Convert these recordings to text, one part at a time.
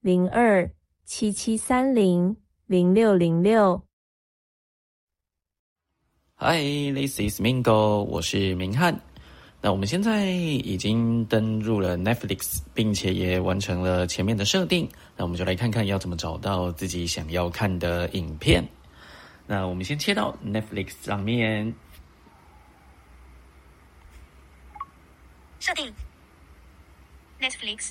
零二七七三零零六零六。 Hi, this is Mingo，我是明翰。那我们现在已经登入了 Netflix，并且也完成了前面的设定。那我们就来看看要怎么找到自己想要看的影片。那我们先切到 Netflix 上面，设定 Netflix，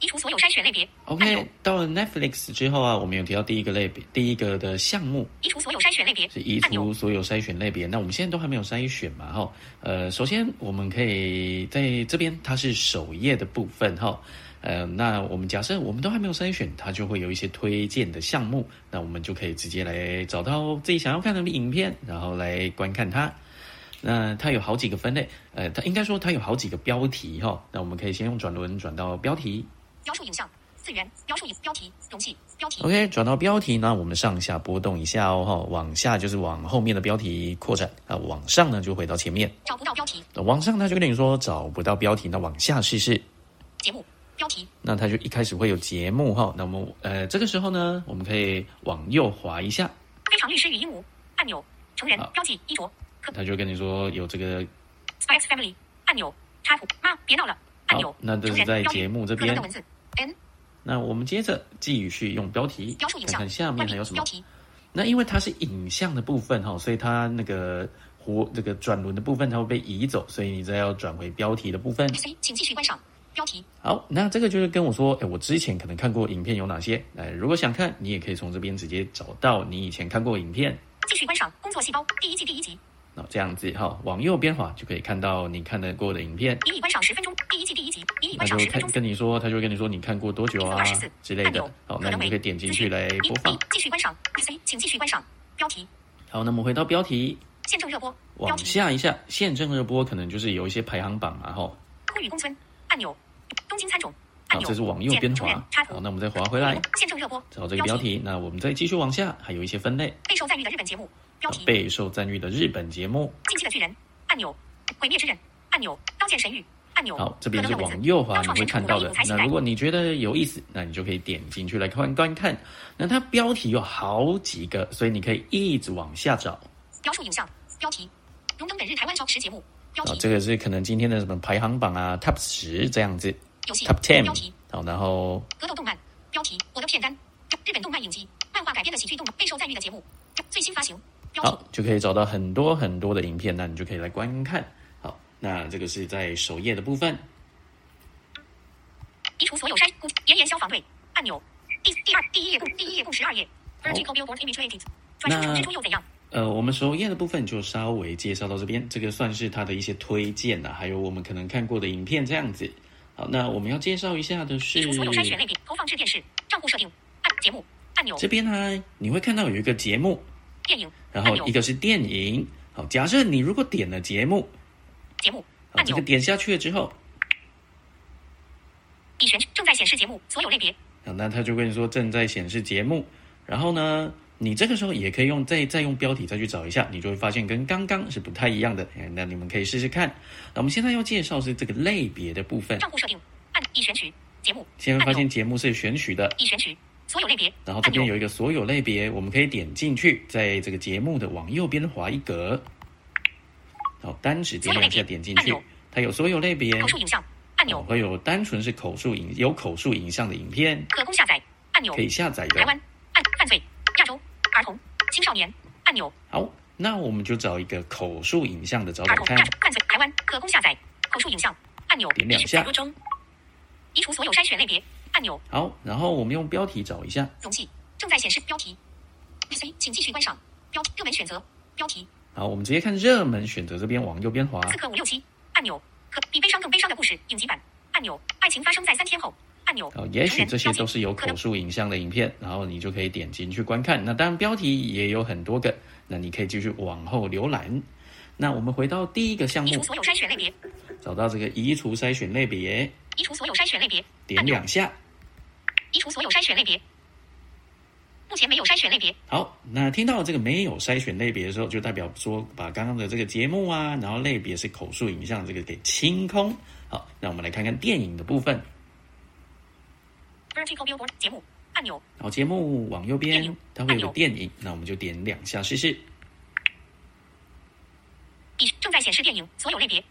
移除所有筛选类别。按钮 OK，到了 Netflix 之后啊，我们有提到第一个类别，第一个的项目移除所有筛选类别。是移按钮除所有筛选类别。那我们现在都还没有筛选嘛，哈。呃，首先我们可以在这边，它是首页的部分，哈。呃，那我们假设我们都还没有筛选，它就会有一些推荐的项目，那我们就可以直接来找到自己想要看的影片，然后来观看它。那它有好几个分类，呃，它应该说它有好几个标题哈。那我们可以先用转轮转到标题，标注影像资源，标注影标题容器标题 OK，转到标题呢，我们上下波动一下哦，哈，往下就是往后面的标题扩展啊，往上呢就回到前面，找不到标题那往上他就跟你说找不到标题，那往下试试，节目标题那他就一开始会有节目哈，那么呃这个时候呢，我们可以往右滑一下，非常律师与鹦鹉按钮成人好标记衣着可他就跟你说有这个 Spikes Family 按钮插图妈别闹了按钮好，那这成是人在标节题目这可能边的，文字 N 那我们接着继续用标题标注影看像看下面关还有什闭么标。题那因为它是影像的部分哈，所以它那个活这个转轮的部分它会被移走，所以你再要转回标题的部分。 C 请继续观赏标题好，那这个就是跟我说，哎，我之前可能看过影片有哪些？哎，如果想看，你也可以从这边直接找到你以前看过影片。继续观赏工作细胞第一季第一集那这样子哈，往右边滑就可以看到你看得过的影片，以已观赏十分钟第一季第一集以已那观就赏十分看钟跟你说，他就会跟你说你看过多久啊24之类按的钮。好，可那你就能可以为点进资去讯来 B 播放 B。继续观赏 C 请继续观赏标题好，那么回到标题，现正热播标往题下一下，现正热播可能就是有一些排行榜啊，哈，呼吁公村按钮，东京参种按好，钮，这是往右边滑键成人插。好，图，那我们再滑回来，现正热播，找这个标题。那我们再继续往下，还有一些分类，哦备受赞誉的日本节目，标题，备受赞誉的日本节目。近期的巨人按钮，毁灭之刃按钮，刀剑神域按钮。好，这边是可能的文往字右滑高你创会神看图到文艺的舞台。时那代如果你觉得有意思，那你就可以点进去来观观看。那它标题有好几个，所以你可以一直往下找。雕塑影像标题，荣登本日台湾超十节目标啊，题，这个是可能今天的什么排行榜啊，Top 十这样子游戏，Top 标 Ten 题，。好，然后格斗动漫标题，我的片单，日本动漫影集，漫画改编的喜剧动漫备受赞誉的节目，最新发行标题好，就可以找到很多很多的影片，那你就可以来观看。好，那这个是在首页的部分。移除所有筛孤炎炎消防队按钮。第第二第一页共第一页共十二页。好 Vertical Billboard Image Rating，转生成蜘蛛又怎样？呃，我们首页的部分就稍微介绍到这边，这个算是它的一些推荐啊，还有我们可能看过的影片这样子。好，那我们要介绍一下的移是除所有筛选类别，投放至电视账户设定按节目按钮这边呢、你会看到有一个节目，电影然按后钮一个是电影。好，假设你如果点了节目，节目好，按这钮个点下去了之后，已选正在显示节目所有类别啊，那他就跟你说正在显示节目，然后呢，你这个时候也可以用再再用标题再去找一下，你就会发现跟刚刚是不太一样的。哎那你们可以试试看。那我们现在要介绍是这个类别的部分，账户设定按已选取节目现在会按发现钮节目是选取的，已选取所有类别然后这按边钮有一个所有类别，我们可以点进去，在这个节目的往右边滑一格，好，单指点两下点进去所有类别按钮，它有所有类别哦口，述影像按钮会有单纯是口述影有口述影像的影片可供下载按钮可以下载的台。湾按犯罪亚洲儿童青少年按钮好，那我们就找一个口述影像的找儿找童看亚。洲犯罪台湾可供下载口述影像按钮点两已选下载入中移除所有筛选类别按钮好，然后我们用标题找一下。容器正在显示标题。C，请继续观赏标热门选择标题好，我们直接看热门选择这边往右边滑《刺客伍六七》按钮，可比悲伤更悲伤的故事影集版按钮，爱情发生在三天后按钮。哦，也许这些都是有口述影像的影片，然后你就可以点进去观看。那当然标题也有很多个，那你可以继续往后浏览。那我们回到第一个项目，移除所有筛选类别，找到这个移除筛选类别，移除所有筛选类别，点两下，移除所有筛选类别。目前没有筛选类别。好，那听到这个没有筛选类别的时候，就代表说把刚刚的这个节目啊，然后类别是口述影像这个给清空。好，那我们来看看电影的部分。 Vertical Billboard 节目按钮，好，节目往右电边影，它会有个按钮电影，那我们就点两下试试。已正在显示电影所有类别。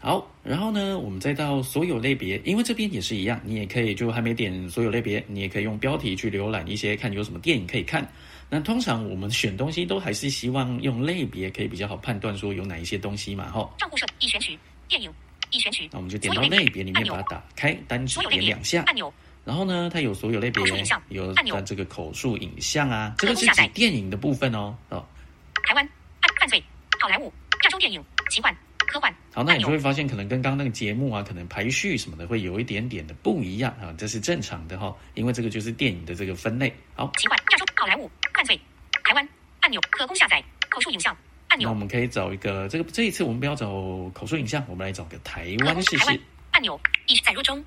好，然后呢，我们再到所有类别，因为这边也是一样，你也可以就还没点所有类别，你也可以用标题去浏览一些，看有什么电影可以看。那通常我们选东西都还是希望用类别可以比较好判断说有哪一些东西嘛，哈。账户设已选取电影已选取那我们就点到类别里面把它打开，单指嗯所有类点别两下，按钮，然后呢，它有所有类别口述影像，有按钮它这个口述影像啊，这可个供是下指载电影的部分哦，哦。台湾按犯罪好莱坞亚洲电影奇幻科幻好，那按你就钮会发现，可能跟刚刚那个节目啊，可能排序什么的会有一点点的不一样啊，这是正常的哈、因为这个就是电影的这个分类。好，奇幻亚洲好莱坞犯罪台湾按钮可供下载口述影像按那我钮们可以找一个这个这一次我们不要找口述影像，我们来找个台可湾供试哎台湾试。按钮已载入中，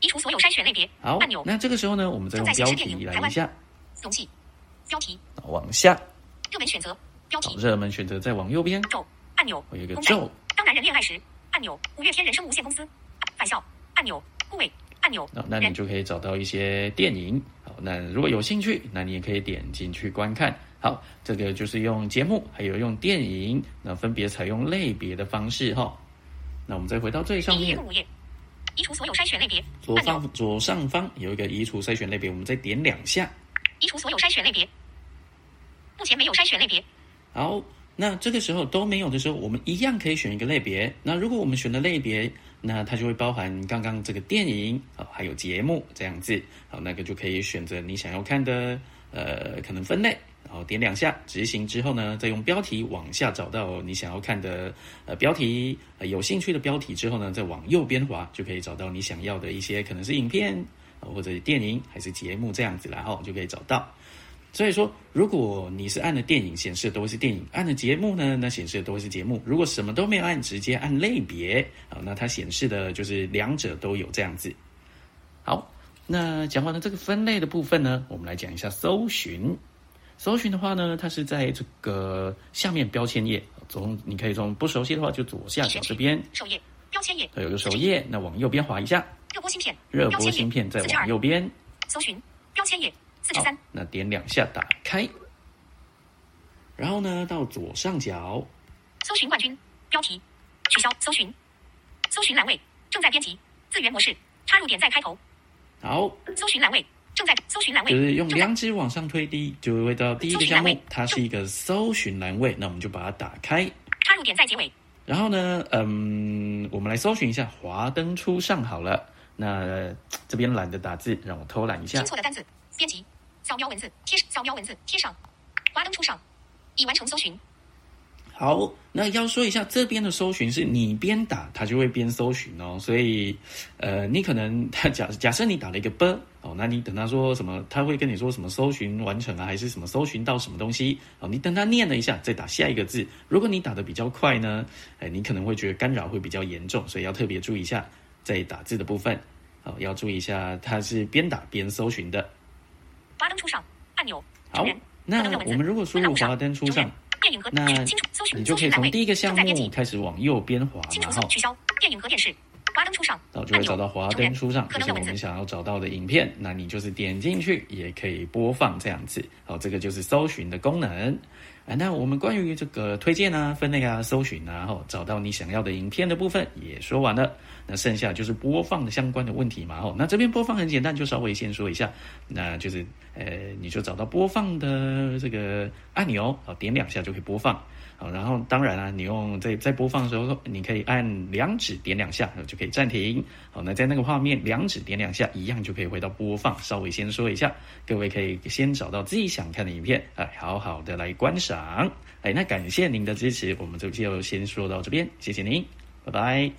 移除所有筛选类别好按钮，那这个时候呢，我们再用标题来一下，容器标题往下热门选择标找题热门选择，再往右边咒按钮有一个公仔咒。当男人恋爱时按钮五月天人生无限公司返校按钮顾伟按钮哦那那你人就可以找到一些电影。好，那如果有兴趣，那你也可以点进去观看。好，这个就是用节目，还有用电影，那分别采用类别的方式哈。那我们再回到最上第一页面入，五页移除所有筛选类别左按钮方左上方有一个移除筛选类别，我们再点两下。移除所有筛选类别。目前没有筛选类别。好，那这个时候都没有的时候，我们一样可以选一个类别。那如果我们选的类别，那它就会包含刚刚这个电影啊、还有节目这样子。好，那个就可以选择你想要看的，呃，可能分类，然后点两下执行之后呢，再用标题往下找到你想要看的呃标题、呃有兴趣的标题之后呢，再往右边滑就可以找到你想要的一些可能是影片。呃或者是电影还是节目这样子啦，然后就可以找到。所以说，如果你是按了电影显示的都会是电影，按了节目呢，那显示的都会是节目。如果什么都没有按，直接按类别啊，那它显示的就是两者都有这样子。好，那讲完了这个分类的部分呢，我们来讲一下搜寻。搜寻的话呢，它是在这个下面标签页，从你可以从不熟悉的话就左下角这边首页标签页它有个首页，那往右边滑一下，热播芯片热标播签芯片页再四十往二右边，搜寻标签页四十好三，那点两下打开，然后呢，到左上角搜寻冠军标题取消搜寻搜寻栏位正在编辑字源模式插入点在开头好，搜寻栏位正在搜寻栏位就是用正在两指往上推低，就会到第一个项搜寻栏目位，它是一个搜寻栏位，那我们就把它打开。插入点在结尾然后呢，嗯，我们来搜寻一下“华灯初上”好了。那呃这边懒得打字，让我偷懒一下拼。错的单字编辑扫描文字贴扫描文字贴上华灯初上已完成搜寻好，那要说一下这边的搜寻是你边打它就会边搜寻哦，所以，呃，你可能 他假假设你打了一个波哦，那你等他说什么，他会跟你说什么搜寻完成啊，还是什么搜寻到什么东西哦，你等他念了一下再打下一个字。如果你打的比较快呢，哎，你可能会觉得干扰会比较严重，所以要特别注意一下在打字的部分哦，要注意一下它是边打边搜寻的。华灯初上按钮好成员，嗯那不能用文字我们如果输入不能用华灯初成上员。电影和那清楚搜寻你就可以搜寻栏从位第一个项正在编目辑开始往右边滑清嘛，除哈搜，取消电影和电视，华灯初上，然后就会找到按钮华灯初上，可就是能的我文字们。想要找到的影片。那你就是点进去，也可以播放这样子。好，这个就是搜寻的功能。啊，那我们关于这个推荐啊、分类啊、搜寻啊，后找到你想要的影片的部分也说完了。那剩下就是播放的相关的问题嘛，吼。那这边播放很简单，就稍微先说一下，那就是呃，你就找到播放的这个按钮，好，点两下就可以播放。好，然后当然啊，你用在在播放的时候，你可以按两指点两下就可以暂停。好，那在那个画面两指点两下，一样就可以回到播放。稍微先说一下，各位可以先找到自己想看的影片，哎，好好的来观赏。哎，那感谢您的支持，我们这就先说到这边，谢谢您，拜拜。